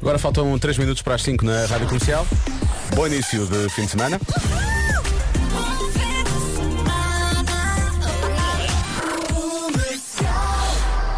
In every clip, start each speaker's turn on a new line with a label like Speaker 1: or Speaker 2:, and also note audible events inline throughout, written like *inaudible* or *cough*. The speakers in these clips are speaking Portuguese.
Speaker 1: Agora faltam 3 minutos para as 5 na Rádio Comercial. Bom início de fim de semana.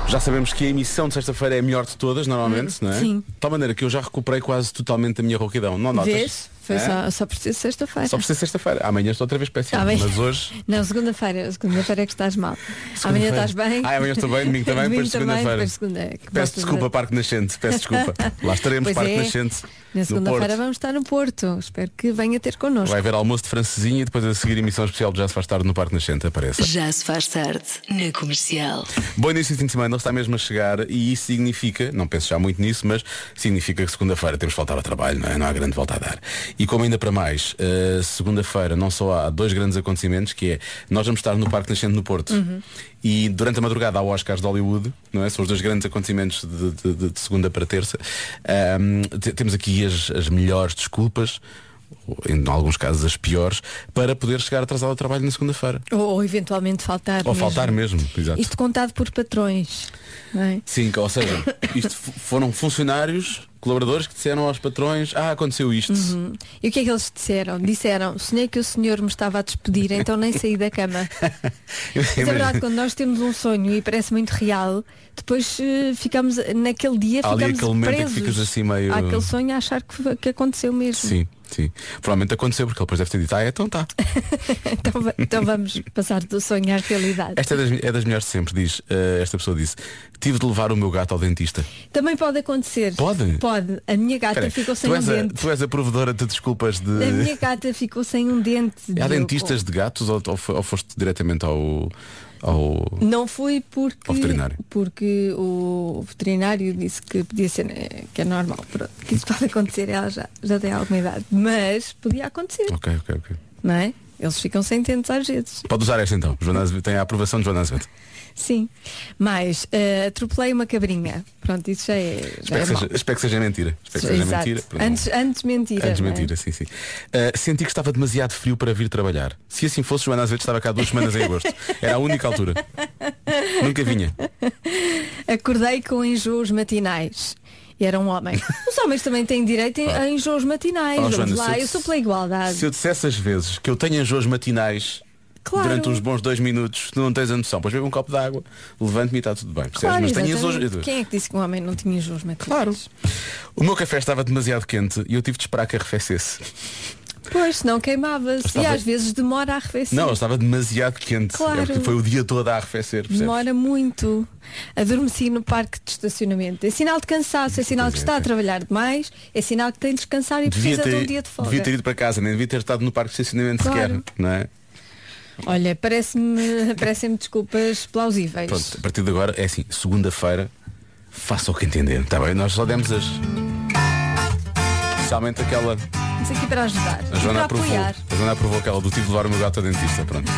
Speaker 1: Já sabemos que a emissão de sexta-feira é a melhor de todas, normalmente, não é?
Speaker 2: Hum, sim.
Speaker 1: De tal maneira que eu já recuperei quase totalmente a minha rouquidão. Não notas?
Speaker 2: Vês? Foi
Speaker 1: É?
Speaker 2: só, só por ser sexta-feira.
Speaker 1: Só por ser sexta-feira. Amanhã estou outra vez péssimo.
Speaker 2: Tá bem.
Speaker 1: mas hoje.
Speaker 2: Não, segunda-feira. Segunda-feira é que estás mal. Amanhã estás bem.
Speaker 1: Ah, amanhã estou bem, domingo também, depois
Speaker 2: Domingo também,
Speaker 1: segunda-feira.
Speaker 2: depois segunda. é Que
Speaker 1: Peço
Speaker 2: voltas
Speaker 1: desculpa,
Speaker 2: a-
Speaker 1: Parque Nascente.
Speaker 2: *laughs*
Speaker 1: Peço desculpa. Lá estaremos,
Speaker 2: Pois
Speaker 1: Parque
Speaker 2: é.
Speaker 1: Nascente.
Speaker 2: Na
Speaker 1: no Porto.
Speaker 2: segunda-feira vamos estar no Porto. Espero que venha ter connosco.
Speaker 1: Vai haver almoço de francesinha e depois a seguir emissão especial de Já se faz tarde no Parque Nascente, apareça.
Speaker 3: Já se faz tarde na comercial.
Speaker 1: Bom início de fim de semana, ele está mesmo a chegar e isso significa, não penso já muito nisso, mas significa que segunda-feira temos que voltar ao trabalho, não é? Não há grande volta a dar. E como ainda para mais, eh, segunda-feira não só há dois grandes acontecimentos, que é nós vamos estar no Parque Nascente no Porto e durante a madrugada há o Oscars de Hollywood, não é? São os dois grandes acontecimentos de, de- de- de segunda para terça. Ahm, te- temos aqui as- as melhores desculpas. ou, Em alguns casos as piores, para poder chegar atrasado ao trabalho na segunda-feira.
Speaker 2: Ou, ou eventualmente faltar.
Speaker 1: Ou
Speaker 2: mesmo.
Speaker 1: faltar mesmo, exato.
Speaker 2: Isto contado por patrões. Não é?
Speaker 1: Sim, ou seja, isto f- foram funcionários, colaboradores que disseram aos patrões, ah, aconteceu isto. *laughs*
Speaker 2: E o que é que eles disseram? Disseram, sonhei que o senhor me estava a despedir, então nem saí da cama. Mas é
Speaker 1: Imagina.
Speaker 2: verdade, quando nós temos um sonho e parece muito real, depois eh, ficamos, naquele dia,
Speaker 1: Há ali
Speaker 2: ficamos
Speaker 1: aquele momento em que
Speaker 2: presos
Speaker 1: ficas assim meio-
Speaker 2: àquele sonho a achar que, foi- que aconteceu mesmo.
Speaker 1: Sim, sim. Provavelmente aconteceu, porque ele depois deve ter dito, ah, é, então tá.
Speaker 2: Então, va-
Speaker 1: *laughs*
Speaker 2: então vamos passar do sonho à realidade.
Speaker 1: Esta é das, é das melhores de sempre, diz, eh, esta pessoa disse, tive de levar o meu gato ao dentista.
Speaker 2: Também pode acontecer.
Speaker 1: Pode?
Speaker 2: Pode. A minha gata
Speaker 1: Espera,
Speaker 2: ficou sem
Speaker 1: tu,
Speaker 2: um
Speaker 1: és a,
Speaker 2: dente.
Speaker 1: tu és a provedora de desculpas de. É
Speaker 2: A minha gata ficou sem um dente.
Speaker 1: Há
Speaker 2: Diogo.
Speaker 1: dentistas de gatos ou, ou fo- ou foste diretamente ao. ao...
Speaker 2: Não foi porque,
Speaker 1: Ao veterinário.
Speaker 2: porque o veterinário disse que podia ser eh, que é normal, pronto, que isso pode acontecer, ela já, já tem alguma idade, mas podia acontecer,
Speaker 1: Ok, ok, ok.
Speaker 2: não é? Eles ficam sem dentes às vezes.
Speaker 1: Pode usar esta então. Joana Azevedo- tem a aprovação de Joana Azevedo.
Speaker 2: Sim. Mas eh, atropelei uma cabrinha. Pronto, isso já é.
Speaker 1: Espero,
Speaker 2: Já é
Speaker 1: que seja,
Speaker 2: mau.
Speaker 1: espero que seja mentira. Espero que seja
Speaker 2: Exato.
Speaker 1: mentira. Pronto.
Speaker 2: Antes, antes mentira.
Speaker 1: Antes
Speaker 2: não é?
Speaker 1: mentira, sim, sim. Ah, senti que estava demasiado frio para vir trabalhar. Se assim fosse, Joana às vezes estava cá duas semanas em agosto. Era a única altura. Nunca vinha.
Speaker 2: Acordei com enjoos matinais. E era
Speaker 1: *laughs*
Speaker 2: um homem. Os homens também têm direito a- a enjoos matinais.
Speaker 1: Oh,
Speaker 2: Vamos
Speaker 1: Joana, se
Speaker 2: lá,
Speaker 1: eu-
Speaker 2: eu sou pela igualdade.
Speaker 1: Se eu dissesse às vezes que eu tenho enjoos matinais
Speaker 2: Claro.
Speaker 1: durante uns bons dois minutos, tu não tens a noção. Pois bebo um copo de água, levanto-me e está tudo bem. Percebes?
Speaker 2: Claro,
Speaker 1: Mas tenho
Speaker 2: exatamente.
Speaker 1: enjoos.
Speaker 2: Quem é que disse que um homem não tinha enjoos matinais?
Speaker 1: Claro. O meu café estava demasiado quente e eu tive de esperar que arrefecesse.
Speaker 2: Pois, senão queimava-se.
Speaker 1: Estava-
Speaker 2: E às vezes demora a arrefecer.
Speaker 1: Não, eu estava demasiado quente.
Speaker 2: Claro.
Speaker 1: É porque foi o dia todo a arrefecer, percebes?
Speaker 2: Demora muito. Adormeci no parque de estacionamento. É sinal de cansaço, é sinal que
Speaker 1: Pois é,
Speaker 2: está a
Speaker 1: pois.
Speaker 2: trabalhar demais, é sinal que tem de descansar e precisa de um dia de folga.
Speaker 1: devia ter ido para casa, nem devia ter estado no parque de estacionamento
Speaker 2: Claro.
Speaker 1: sequer, não é?
Speaker 2: Olha, parece-me, *laughs* parecem-me desculpas plausíveis.
Speaker 1: Pronto, a partir de agora é assim, segunda-feira, faça o que entender, está bem? Nós só demos as. Especialmente aquela.
Speaker 2: Isso aqui para ajudar.
Speaker 1: A
Speaker 2: E para
Speaker 1: Joana aprovou.
Speaker 2: apoiar.
Speaker 1: A Joana aprovou aquela do tipo de levar o meu gato ao dentista. Pronto.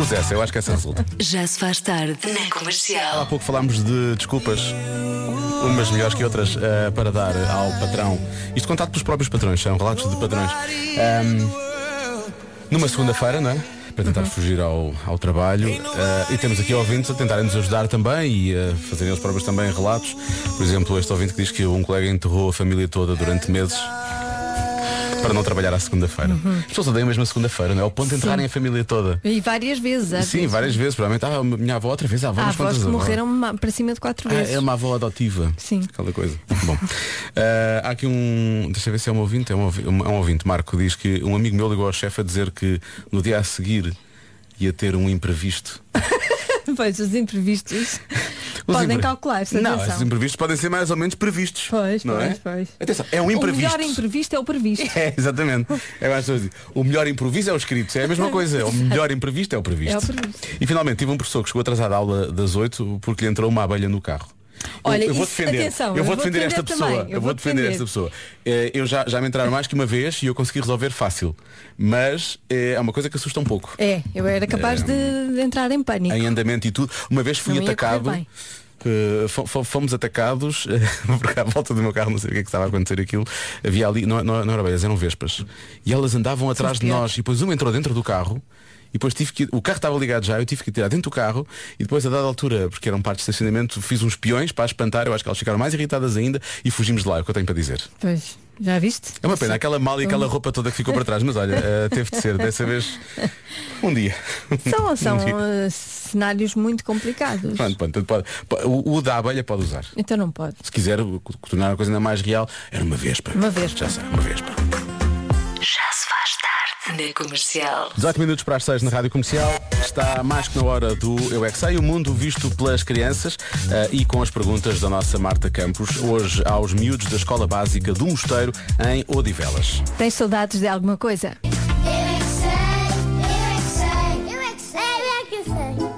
Speaker 1: Usa essa, eu acho que essa é resulta.
Speaker 3: Já se faz tarde na comercial.
Speaker 1: Há pouco falámos de desculpas, umas melhores que outras, eh, para dar ao patrão. Isto contado pelos próprios patrões, são relatos de patrões. Ahm, numa segunda-feira, não é? Para tentar
Speaker 2: Uhum.
Speaker 1: fugir ao, ao trabalho. eh, e temos aqui ouvintes a tentarem nos ajudar também e a fazerem eles próprios também relatos. Por exemplo, este ouvinte que diz que um colega enterrou a família toda durante meses. Para não trabalhar à segunda-feira.
Speaker 2: Uhum.
Speaker 1: As pessoas odeiam mesmo a segunda-feira, não é? Ao ponto de enterrarem a família toda.
Speaker 2: E várias vezes. às
Speaker 1: Sim,
Speaker 2: vezes.
Speaker 1: várias vezes, provavelmente. Ah, a minha avó outra vez, ah,
Speaker 2: Há
Speaker 1: vamos
Speaker 2: avós que morreram ma- para cima de quatro
Speaker 1: ah,
Speaker 2: vezes.
Speaker 1: é uma avó adotiva.
Speaker 2: Sim.
Speaker 1: Aquela coisa. Bom. *laughs* Ah, há aqui um. Deixa eu ver se é um ouvinte. É um, ouvi- um- é um ouvinte. Marco diz que um amigo meu ligou ao chefe a dizer que no dia a seguir ia ter um imprevisto.
Speaker 2: *laughs* Pois,
Speaker 1: *laughs*
Speaker 2: os imprevistos
Speaker 1: Os
Speaker 2: podem
Speaker 1: impre-
Speaker 2: calcular-se.
Speaker 1: Não,
Speaker 2: atenção.
Speaker 1: os imprevistos podem ser mais ou menos previstos.
Speaker 2: Pois,
Speaker 1: não é?
Speaker 2: pois, pois.
Speaker 1: Atenção, é um
Speaker 2: O melhor
Speaker 1: imprevisto.
Speaker 2: imprevisto é o previsto.
Speaker 1: *laughs* É, exatamente. É mais ou menos isso. o melhor improviso é o escrito. É a mesma coisa. O melhor imprevisto é o previsto.
Speaker 2: É o previsto.
Speaker 1: E finalmente tive um professor que chegou atrasado à aula das 8 porque lhe entrou uma abelha no carro. Eu-
Speaker 2: Olha,
Speaker 1: eu, vou
Speaker 2: isso-
Speaker 1: defender.
Speaker 2: atenção,
Speaker 1: eu vou defender esta
Speaker 2: também,
Speaker 1: pessoa. Eu, vou defender, esta pessoa. Eh, Eu já, já me entraram mais que uma vez e eu consegui resolver fácil. Mas eh, é uma coisa que assusta um pouco.
Speaker 2: É, eu era capaz
Speaker 1: É.
Speaker 2: de, de entrar em pânico.
Speaker 1: Em andamento e tudo. Uma vez fui
Speaker 2: Não ia
Speaker 1: atacado.
Speaker 2: correr bem.
Speaker 1: eh, fo- fo- fomos atacados *laughs* porque à volta do meu carro não sei o que, é que estava a acontecer aquilo havia ali não, não, não eram abelhas eram vespas e elas andavam atrás de
Speaker 2: piores.
Speaker 1: nós e depois uma entrou dentro do carro E depois tive que. O carro estava ligado já, eu tive que tirar dentro do carro e depois, a dada altura, porque eram partes de estacionamento, fiz uns peões para as espantar, eu acho que elas ficaram mais irritadas ainda e fugimos de lá, é o que eu tenho para dizer.
Speaker 2: Pois, já viste?
Speaker 1: É uma pena, aquela mala e aquela roupa toda que ficou para trás, mas olha, eh, teve de ser, dessa vez, um dia.
Speaker 4: São, são
Speaker 1: *laughs* Um dia.
Speaker 4: eh, cenários muito complicados.
Speaker 1: Pronto, pronto, pode- pode- o, o da abelha pode usar.
Speaker 2: Então não pode.
Speaker 1: Se quiser o- o- tornar a coisa ainda mais real, era uma vespa.
Speaker 2: Uma vespa.
Speaker 1: Já sei, uma vespa.
Speaker 3: Já se faz tarde na comercial.
Speaker 1: 18 minutos para as 6 na Rádio Comercial. Está mais que na hora do Eu É Que Sei, o mundo visto pelas crianças eh, e com as perguntas da nossa Marta Campos, hoje aos miúdos da Escola Básica do Mosteiro, em Odivelas.
Speaker 2: Tens saudades de alguma coisa?
Speaker 5: Eu é que sei, eu é que sei, eu é que sei, eu é que sei.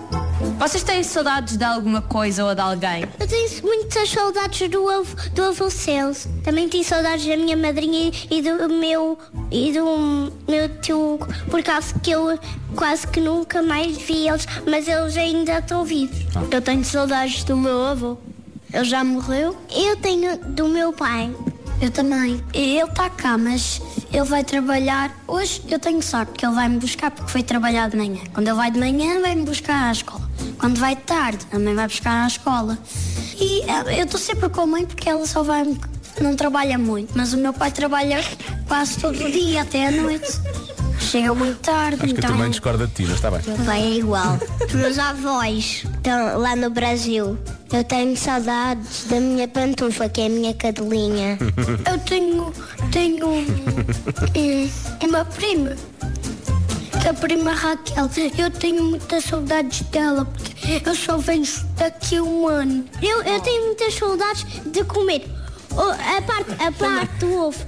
Speaker 6: Vocês têm saudades de alguma coisa ou de alguém?
Speaker 5: Eu tenho muitas saudades do avô, do avô Celso. Também tenho saudades da minha madrinha e do meu e do meu tio, por causa que eu quase que nunca mais vi eles, mas eles ainda estão vivos. Eu tenho saudades do meu avô. Ele já morreu? Eu tenho do meu pai. Eu também. Ele está cá, mas ele vai trabalhar. Hoje eu tenho sorte que ele vai me buscar porque foi trabalhar de manhã. Quando ele vai de manhã, vai me buscar à escola. Quando vai de tarde, a mãe vai buscar à escola. E ela- eu estou sempre com a mãe porque ela só vai. não trabalha muito, mas o meu pai trabalha quase todo o dia, até à noite. Chega muito tarde.
Speaker 1: Acho que a tua
Speaker 5: então-
Speaker 1: mãe discorda de ti, mas está bem.
Speaker 5: meu pai é igual. Meus avós estão lá no Brasil. Eu tenho saudades da minha pantufa, que é a minha cadelinha. Eu tenho, tenho um, eh, uma prima. é A prima Raquel, eu tenho muitas saudades dela, porque eu só vejo daqui a um ano. Eu, eu tenho muitas saudades de comer o- a parte, a parte do ovo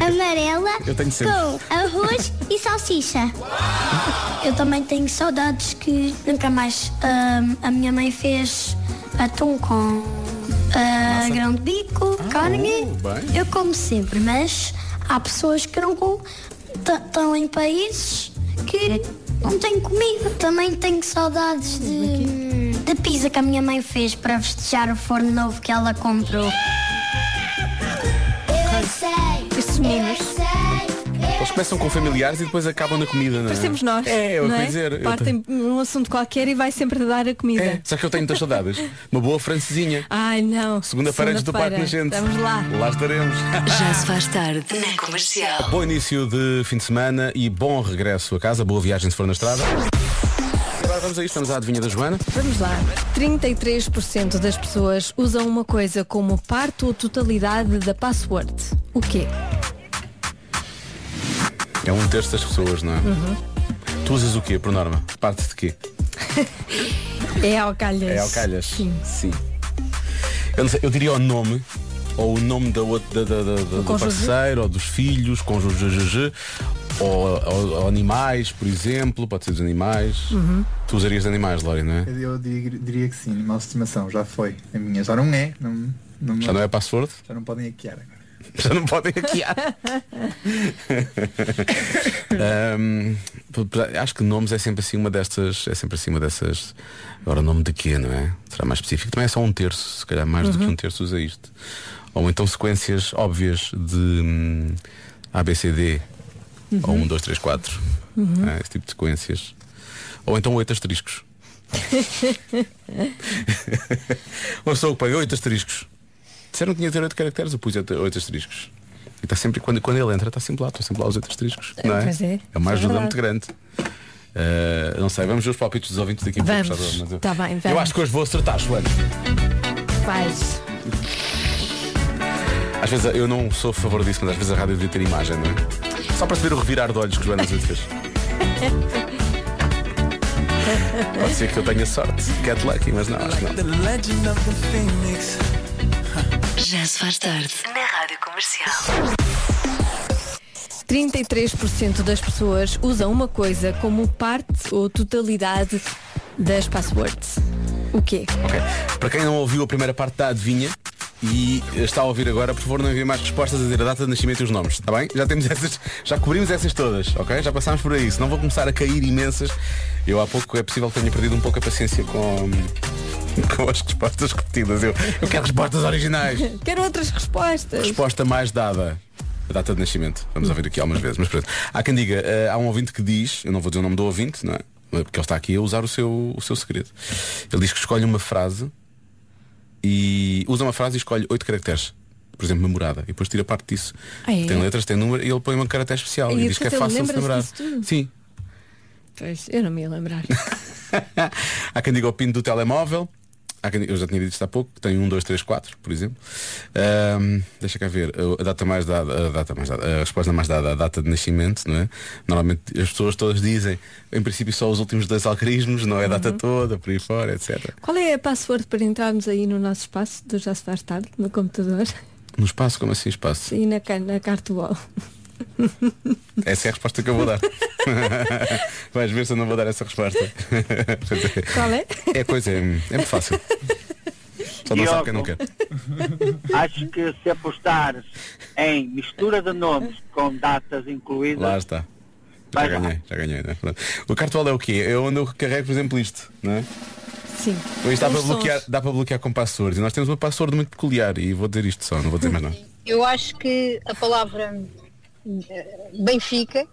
Speaker 5: amarela
Speaker 1: Eu tenho sempre.
Speaker 5: com arroz e salsicha. Eu também tenho saudades que nunca mais ahm, a minha mãe fez atum com ah, grão de bico, carne.
Speaker 1: uh, bem.
Speaker 5: Eu como sempre, mas há pessoas que não estão em países que não têm comida. Também tenho saudades de, de pizza que a minha mãe fez para festejar o forno novo que ela comprou. Eu sei,
Speaker 2: Estes meninos
Speaker 1: Eles começam com familiares e depois acabam na comida, não é?
Speaker 4: Parecemos nós.
Speaker 1: É, eu
Speaker 4: não
Speaker 1: ia
Speaker 4: é?
Speaker 1: dizer. eu
Speaker 4: Partem
Speaker 2: um
Speaker 4: num assunto qualquer e vai sempre dar a comida.
Speaker 1: É, só que eu tenho muitas saudades. Uma boa francesinha.
Speaker 4: Ai não.
Speaker 1: Segunda-feira antes do Parque
Speaker 4: Segunda-feira.
Speaker 1: Nascente.
Speaker 4: Vamos lá.
Speaker 1: Lá estaremos.
Speaker 3: Já se faz tarde na comercial.
Speaker 1: Bom início de fim de semana e bom regresso a casa. Boa viagem se for na estrada. Agora vamos a isto, estamos à adivinha da Joana.
Speaker 2: Vamos lá. 33% das pessoas usam uma coisa como parte ou totalidade da password. O quê?
Speaker 1: É um terço das pessoas, não é? Tu usas o quê, por norma? Parte de quê?
Speaker 2: É ao calhas.
Speaker 1: É ao calhas?
Speaker 2: Sim.
Speaker 1: Sim. Eu, não sei, eu diria o nome, ou o nome da outra, da, da- da- do
Speaker 2: cônjuge?
Speaker 1: parceiro, ou dos filhos, cônjuge, GG, ou, ou- ou animais, por exemplo, pode ser dos animais. Tu usarias de animais, Lori, não é?
Speaker 7: Eu, eu diria, diria que sim, animal de estimação, já foi. A minha já não é, não, não,
Speaker 1: Já não é password?
Speaker 7: já não podem hackear agora.
Speaker 1: Já não podem hackear. Ahm, acho que nomes é sempre assim uma destas. É sempre assim uma dessas. Agora nome de quê, não é? Será mais específico. Também é só um terço, se calhar mais do que um terço usa isto. Ou então sequências óbvias de hum, ABCD ou
Speaker 2: Uhum.
Speaker 1: 1, 2, 3, 4. Esse tipo de sequências. Ou então oito
Speaker 2: *laughs*
Speaker 1: asteriscos. Uma pessoa que põe oito asteriscos. Disseram que tinha de ter 8 caracteres, eu pus 8 asteriscos. E está sempre, quando, quando ele entra, está sempre lá, estou sempre lá os 8 asteriscos. Não é?
Speaker 2: pois é,
Speaker 1: uma
Speaker 2: é
Speaker 1: ajuda
Speaker 2: verdade.
Speaker 1: muito grande. Uh, não sei, vamos ver os palpites dos ouvintes daqui a pouco.
Speaker 2: Vamos.
Speaker 1: sabe? Mas eu-
Speaker 2: Tá bem,
Speaker 1: Eu
Speaker 2: vamos.
Speaker 1: acho que hoje vou acertar, Joana.
Speaker 2: Faz.
Speaker 1: Às vezes eu não sou a favor disso, mas às vezes a rádio devia ter imagem, não é? Só para se ver o revirar de olhos que o Joana às vezes fez. Pode ser que eu tenha sorte. Get lucky, mas não, acho que não.
Speaker 3: Já se faz tarde na rádio comercial.
Speaker 2: 33% das pessoas usam uma coisa como parte ou totalidade das passwords. O quê?
Speaker 1: Ok. Para quem não ouviu a primeira parte da adivinha e está a ouvir agora, por favor não envie mais respostas a dizer a data de nascimento e os nomes, está bem? Já temos essas, já cobrimos essas todas, ok? Já passámos por isso. Não vou começar a cair imensas. Eu há pouco é possível que tenha perdido um pouco a paciência com, *laughs* com as respostas repetidas. Eu, eu quero respostas originais.
Speaker 2: Quero outras respostas.
Speaker 1: Resposta mais dada. A data de nascimento. Vamos ouvir aqui algumas vezes. Mas pronto. Há quem diga, eh, há um ouvinte que diz, eu não vou dizer o nome do ouvinte, não é? Porque ele está aqui a usar o seu, o seu segredo. Ele diz que escolhe uma frase e usa uma frase e escolhe oito caracteres. Por exemplo, memorada. E depois tira parte disso.
Speaker 2: Ah, é?
Speaker 1: Tem letras, tem número e ele põe uma caractere especial.
Speaker 2: E
Speaker 1: E, diz que é
Speaker 2: depois ele
Speaker 1: fácil de lembrar.
Speaker 2: lembra-se disso tudo?
Speaker 1: Sim.
Speaker 2: Pois, eu não me
Speaker 1: *laughs*
Speaker 2: ia lembrar.
Speaker 1: há quem diga o pino do telemóvel. Há quem diga- eu já tinha dito isto há pouco. Tem um, dois, três, quatro, por exemplo. Ahm, deixa cá ver. A data mais dada, a data mais dada, a resposta mais dada, a data de nascimento, não é? Normalmente as pessoas todas dizem, em princípio só os últimos dois algarismos, não é a data toda, por aí fora, etc.
Speaker 2: Qual é a password para entrarmos aí no nosso espaço do Já se faz tarde, no computador *laughs*
Speaker 1: No espaço, como assim espaço?
Speaker 2: e na, ca- na cartwall?
Speaker 1: Essa é a resposta que eu vou dar. Vais ver se eu não vou dar essa resposta.
Speaker 2: Qual é?
Speaker 1: É coisa, é, é muito fácil. Só não sabe quem não quer.
Speaker 8: Acho que se apostares em mistura de nomes com datas
Speaker 1: Lá
Speaker 8: incluídas,
Speaker 1: está. Já
Speaker 8: Vai lá.
Speaker 1: ganhei, já ganhei. Né? Pronto. O cartol é o quê? É onde eu carrego, por exemplo, isto. Não é?
Speaker 2: Sim.
Speaker 1: Ou Isto dá
Speaker 2: Os
Speaker 1: para, bloquear,
Speaker 2: sons.
Speaker 1: dá para bloquear com passwords. E nós temos uma password muito peculiar. E vou dizer isto só, não vou dizer mais nada.
Speaker 9: Eu acho que a palavra eh, Benfica,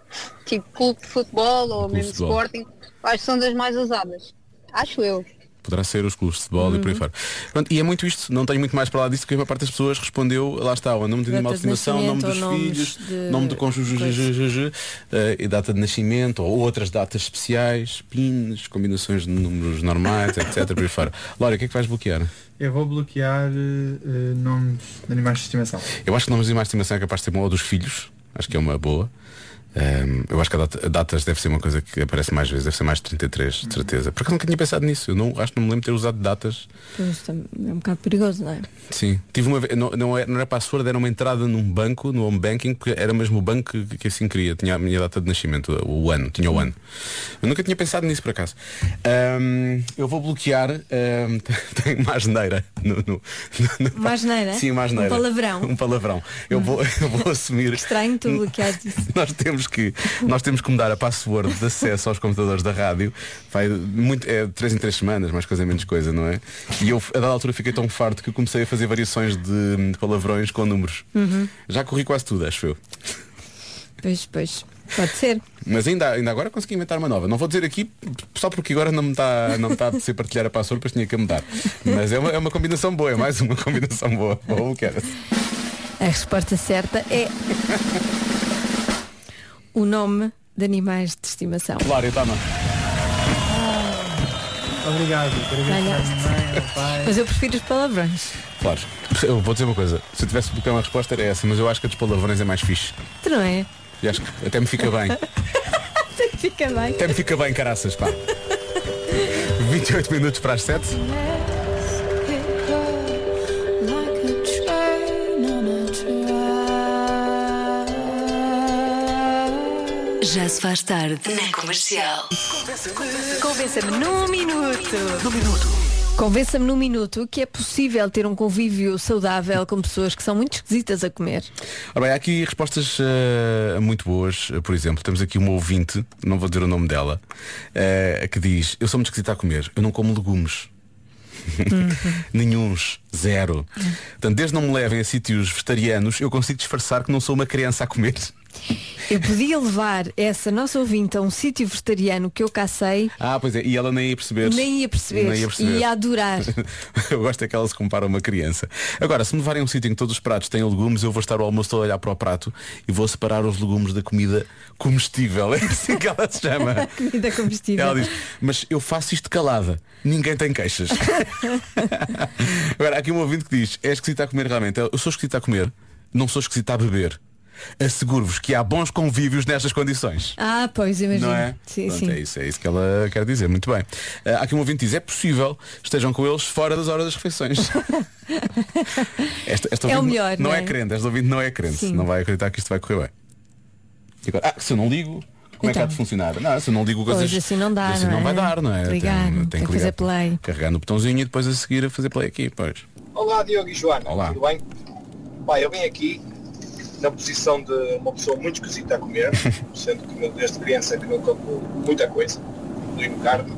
Speaker 9: tipo clube de futebol ou
Speaker 1: de
Speaker 9: mesmo
Speaker 1: futebol.
Speaker 9: Sporting, acho que são das mais usadas. Acho eu.
Speaker 1: Poderá ser os clubes de futebol e por
Speaker 2: Uhum.
Speaker 1: aí fora. Pronto, e é muito isto. Não tenho muito mais para lá disso, porque a maior parte das pessoas respondeu, lá está, o nome de animal de
Speaker 2: Data de
Speaker 1: estimação, nome dos
Speaker 2: nascimento ou
Speaker 1: filhos,
Speaker 2: nomes de
Speaker 1: nome do cônjuge,
Speaker 2: coisa.
Speaker 1: ju, ju, ju, eh, e data de nascimento, ou outras datas especiais, pins, combinações de números normais, etc. por aí fora. Laura, o que é que vais bloquear?
Speaker 7: Eu vou bloquear eh, eh, nomes de animais de estimação.
Speaker 1: Eu acho que nomes de mais estimação é capaz de ser uma ou dos filhos. Acho que é uma boa. Ahm, eu acho que a data- datas deve ser uma coisa que aparece mais vezes, deve ser mais de 33, de certeza. Porque eu nunca tinha pensado nisso. Eu não, acho que não me lembro de ter usado datas.
Speaker 2: Pois, tam- é um bocado perigoso, não é?
Speaker 1: Sim. Tive uma vez, não, não era, não era password, era uma entrada num banco, no home banking, porque era mesmo o banco que, que assim queria. Tinha a minha data de nascimento, o ano, tinha o ano. Eu nunca tinha pensado nisso por acaso. Ahm, eu vou bloquear, ahm, *laughs* tem uma asneira no, no, no- no-
Speaker 2: Uma asneira?
Speaker 1: Sim, uma asneira.
Speaker 2: Um palavrão?
Speaker 1: Um palavrão. Eu vou, *laughs* eu vou assumir.
Speaker 2: Estranho
Speaker 1: Hum.
Speaker 2: tu bloqueares isso.
Speaker 1: *laughs* Nós temos, que, nós temos que mudar a password de acesso aos computadores da rádio. Vai muito, é 3 em 3 semanas, mais coisa menos coisa, não é? E eu a dada altura fiquei tão farto que comecei a fazer variações de, de palavrões com números. Já corri quase tudo, acho eu.
Speaker 2: Pois, pois. Pode ser.
Speaker 1: Mas ainda, ainda agora consegui inventar uma nova. Não vou dizer aqui, só porque agora não me está não me tá a ser partilhar a password, depois tinha que a mudar. Mas é uma, é uma combinação boa, é mais uma combinação boa. Ou o que era.
Speaker 2: A resposta certa é o nome de animais de estimação.
Speaker 1: Claro, toma.
Speaker 7: Obrigado, obrigado à minha mãe, ao pai.
Speaker 2: Mas eu prefiro os palavrões.
Speaker 1: Claro. Eu vou dizer uma coisa. Se eu tivesse de colocar uma resposta era essa, mas eu acho que a dos palavrões é mais fixe.
Speaker 2: Tu não é?
Speaker 1: E acho que até me fica bem.
Speaker 2: Fica bem.
Speaker 1: Até me fica bem, caraças, pá. 28 minutos para as 7.
Speaker 3: Já se faz tarde na comercial.
Speaker 2: Convença-me num minuto. Num minuto. Convença-me num minuto que é possível ter um convívio saudável com pessoas que são muito esquisitas a comer.
Speaker 1: Ora bem, há aqui respostas eh, muito boas. Por exemplo, temos aqui uma ouvinte, não vou dizer o nome dela, eh, que diz, eu sou muito esquisita a comer, eu não como legumes. *laughs* Nenhuns, zero. Portanto, desde não me levem a sítios vegetarianos, eu consigo disfarçar que não sou uma criança a comer.
Speaker 2: Eu podia levar essa nossa ouvinte a um sítio vegetariano que eu cacei,
Speaker 1: Ah, pois é, e ela nem ia perceber.
Speaker 2: nem ia perceber.
Speaker 1: Nem ia perceber. *laughs*
Speaker 2: Ia adorar.
Speaker 1: eu gosto é que ela se compara a uma criança. Agora, se me levarem a um sítio em que todos os pratos têm legumes, eu vou estar ao almoço todo a olhar para o prato e vou separar os legumes da comida comestível. *laughs* É assim que ela se chama.
Speaker 2: Comida comestível.
Speaker 1: Ela diz, mas eu faço isto calada, ninguém tem queixas. Agora, há aqui um ouvinte que diz, é esquisito a comer realmente. Eu sou esquisito a comer, não sou esquisito a beber. Asseguro-vos que há bons convívios nestas condições.
Speaker 2: Ah, pois, imagino.
Speaker 1: Não é?
Speaker 2: Sim,
Speaker 1: Pronto,
Speaker 2: sim.
Speaker 1: É isso, é isso que ela quer dizer. Muito bem. Ah, há aqui um ouvinte que diz, é possível, estejam com eles fora das horas das
Speaker 2: *laughs*
Speaker 1: refeições. Esta- esta
Speaker 2: É o
Speaker 1: ouvinte
Speaker 2: melhor,
Speaker 1: Não
Speaker 2: não
Speaker 1: é?
Speaker 2: é?
Speaker 1: crente, esta ouvinte não é crente.
Speaker 2: Sim.
Speaker 1: Não vai acreditar que isto vai correr bem. E agora, ah, se eu não ligo, como é que
Speaker 2: Então.
Speaker 1: há de funcionar? Não, se eu não ligo
Speaker 2: Pois,
Speaker 1: coisas.
Speaker 2: assim não dá,
Speaker 1: Assim
Speaker 2: não
Speaker 1: não,
Speaker 2: é?
Speaker 1: vai dar, não é?
Speaker 2: Ligar,
Speaker 1: tem,
Speaker 2: tem
Speaker 1: que
Speaker 2: que
Speaker 1: ligar,
Speaker 2: fazer play.
Speaker 1: Carregar no botãozinho e depois a seguir a fazer play aqui. Pois.
Speaker 10: Olá Diogo e Joana,
Speaker 1: Olá.
Speaker 10: tudo bem? Pai, eu vim aqui na posição de uma pessoa muito esquisita a comer, *laughs* sendo que desde criança que não como muita coisa, incluindo carne.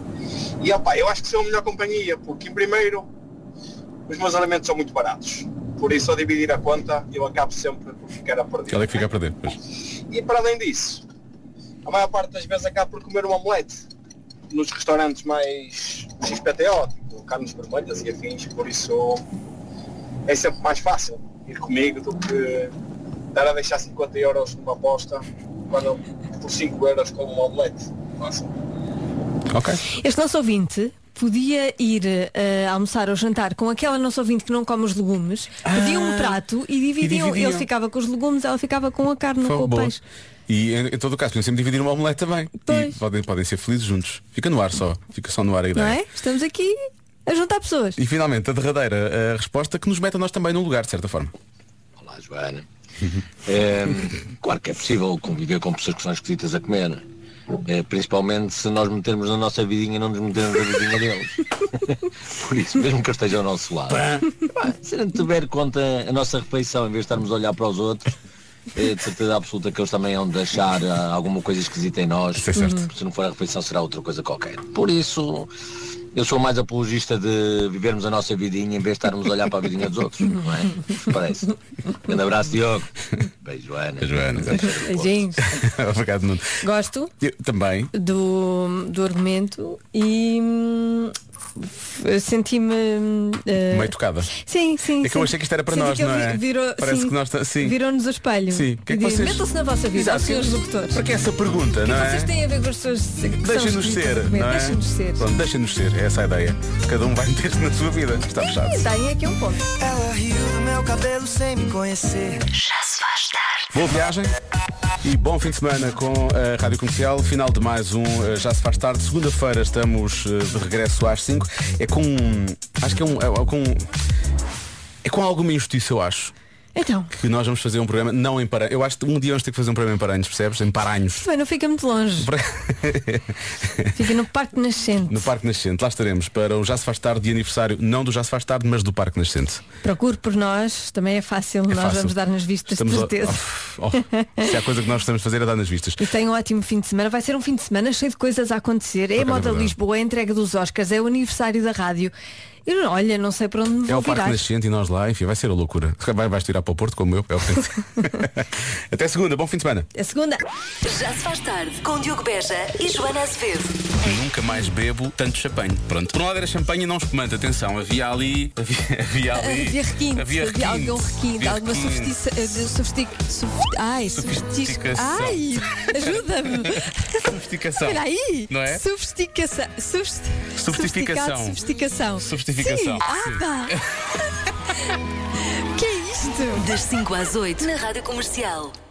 Speaker 10: E opa, eu acho que sou a melhor companhia, porque em primeiro os meus alimentos são muito baratos. Por isso ao dividir a conta eu acabo sempre por ficar a perder.
Speaker 1: Ela é que fica a perder. Pois.
Speaker 10: E para além disso, a maior parte das vezes acabo por comer um omelete. nos restaurantes mais XPTO, tipo carnes vermelhas e afins, por isso é sempre mais fácil ir comigo do que estar a deixar 50 euros numa aposta quando eu, por 5 euros como um omelete. Fácil.
Speaker 1: Ok.
Speaker 2: Este nosso ouvinte podia ir eh, almoçar ou jantar com aquela nossa ouvinte que não come os legumes, pediam um prato e dividiam.
Speaker 1: Ah, dividiam.
Speaker 2: Ele ficava com os legumes, ela ficava com a carne ou
Speaker 1: Foi um
Speaker 2: com o
Speaker 1: boa.
Speaker 2: peixe.
Speaker 1: E em, em todo o caso, podemos sempre dividir uma omelete também. E podem, podem ser felizes juntos. Fica no ar só. Fica só no ar a
Speaker 2: Não
Speaker 1: ideia.
Speaker 2: é? Estamos aqui a juntar pessoas.
Speaker 1: E finalmente, a derradeira a resposta que nos mete a nós também num lugar, de certa forma.
Speaker 11: Olá, Joana. É, claro que é possível conviver com pessoas que são esquisitas a comer. É, principalmente se nós metermos na nossa vidinha e não nos metermos na vidinha deles. *laughs* Por isso, mesmo que esteja ao nosso lado. pá, Se não tiver conta a nossa refeição, em vez de estarmos a olhar para os outros, é, de certeza absoluta que eles também hão de achar ah, alguma coisa esquisita em nós. Se não for a refeição será outra coisa qualquer. Por isso, eu sou mais apologista de vivermos a nossa vidinha em vez de estarmos a olhar para a vidinha dos outros. Não é? Parece. Grande abraço, Diogo. Beijo, Ana.
Speaker 2: Uhum.
Speaker 1: Beijo, Ana.
Speaker 2: Gente,
Speaker 1: é. *laughs* Obrigado, Nuno.
Speaker 2: gosto
Speaker 1: Eu também.
Speaker 2: do, do argumento e hum, f- senti-me. hum, eh,
Speaker 1: Meio tocada.
Speaker 2: Sim, sim.
Speaker 1: É que eu
Speaker 2: sim.
Speaker 1: achei que isto era para
Speaker 2: Senti
Speaker 1: nós,
Speaker 2: que ele
Speaker 1: não é?
Speaker 2: vi- virou-
Speaker 1: Parece
Speaker 2: sim,
Speaker 1: que nós ta- sim.
Speaker 2: Virou-nos o espelho.
Speaker 1: Sim. é
Speaker 2: E diz, metam-se na vossa vida,
Speaker 1: Exato.
Speaker 2: aos senhores locutores.
Speaker 1: Para que essa pergunta,
Speaker 2: O que
Speaker 1: não é?
Speaker 2: vocês têm a ver com as pessoas que são
Speaker 1: Deixem-nos
Speaker 2: esquisitas a
Speaker 1: ser,
Speaker 2: comer?
Speaker 1: não é?
Speaker 2: Deixem-nos ser.
Speaker 1: Pronto, deixem-nos ser, é essa a ideia. Cada um vai meter-se na sua vida. Está fechado.
Speaker 2: E tem aqui um ponto.
Speaker 12: Ela riu do meu cabelo sem me conhecer.
Speaker 3: Já se faz tarde.
Speaker 1: Boa viagem e bom fim de semana com a Rádio Comercial. Final de mais um eh, Já se faz tarde. Segunda-feira estamos eh, de regresso às 5. É com. Acho que é um. É, é com, é com alguma injustiça, eu acho.
Speaker 2: Então,
Speaker 1: Que nós vamos fazer um programa não em Paranhos. Eu acho que um dia vamos ter que fazer um programa em Paranhos, percebes? Em Paranhos.
Speaker 2: bem, não fica
Speaker 1: *laughs*
Speaker 2: muito longe. Fica no Parque Nascente.
Speaker 1: No Parque Nascente, lá estaremos para o Já se faz tarde de aniversário, não do Já se faz tarde, mas do Parque Nascente.
Speaker 2: Procure por nós, também é fácil, nós
Speaker 1: fácil.
Speaker 2: vamos dar nas vistas, de
Speaker 1: Estamos a- *laughs*
Speaker 2: certeza.
Speaker 1: Oh, oh. Se há coisa que nós gostamos de fazer é dar nas vistas.
Speaker 2: E tem um ótimo fim de semana. Vai ser um fim de semana cheio de coisas a acontecer. É a
Speaker 1: acaso é
Speaker 2: moda
Speaker 1: verdade.
Speaker 2: Lisboa, é a entrega dos Oscars, é o aniversário da rádio. E olha, não sei para onde me
Speaker 1: É
Speaker 2: vou
Speaker 1: o Parque
Speaker 2: virar.
Speaker 1: Nascente e nós lá, enfim, vai ser a loucura. Se calhar vai- Vais tirar para o Porto como eu. é o que *laughs* tem que ser. Até segunda, bom fim de semana.
Speaker 2: A segunda. ah,
Speaker 3: Já se faz tarde com Diogo Beja e Joana Azevedo.
Speaker 1: Nunca mais bebo tanto champanhe. Pronto. Por um lado era champanhe e não espumante. Atenção, havia ali. Havia, havia ali.
Speaker 13: *laughs* Havia requinte, havia, algum requinte,
Speaker 1: havia
Speaker 13: alguma
Speaker 1: requinte.
Speaker 13: sofistica, eh, sofistic, sofi- ai, sofistica,
Speaker 1: Sofisticação.
Speaker 13: ai,
Speaker 1: *laughs*
Speaker 13: ajuda-me,
Speaker 1: Sofisticação.
Speaker 13: espera aí,
Speaker 1: Não é?
Speaker 13: sofisticação, sofist,
Speaker 1: Sofisticação.
Speaker 13: sofisticado, sofisticação,
Speaker 1: Sofisticação,
Speaker 13: Sim,
Speaker 1: sim.
Speaker 13: ah, pá. que é isto?
Speaker 3: Das 5 às 8 na Rádio Comercial.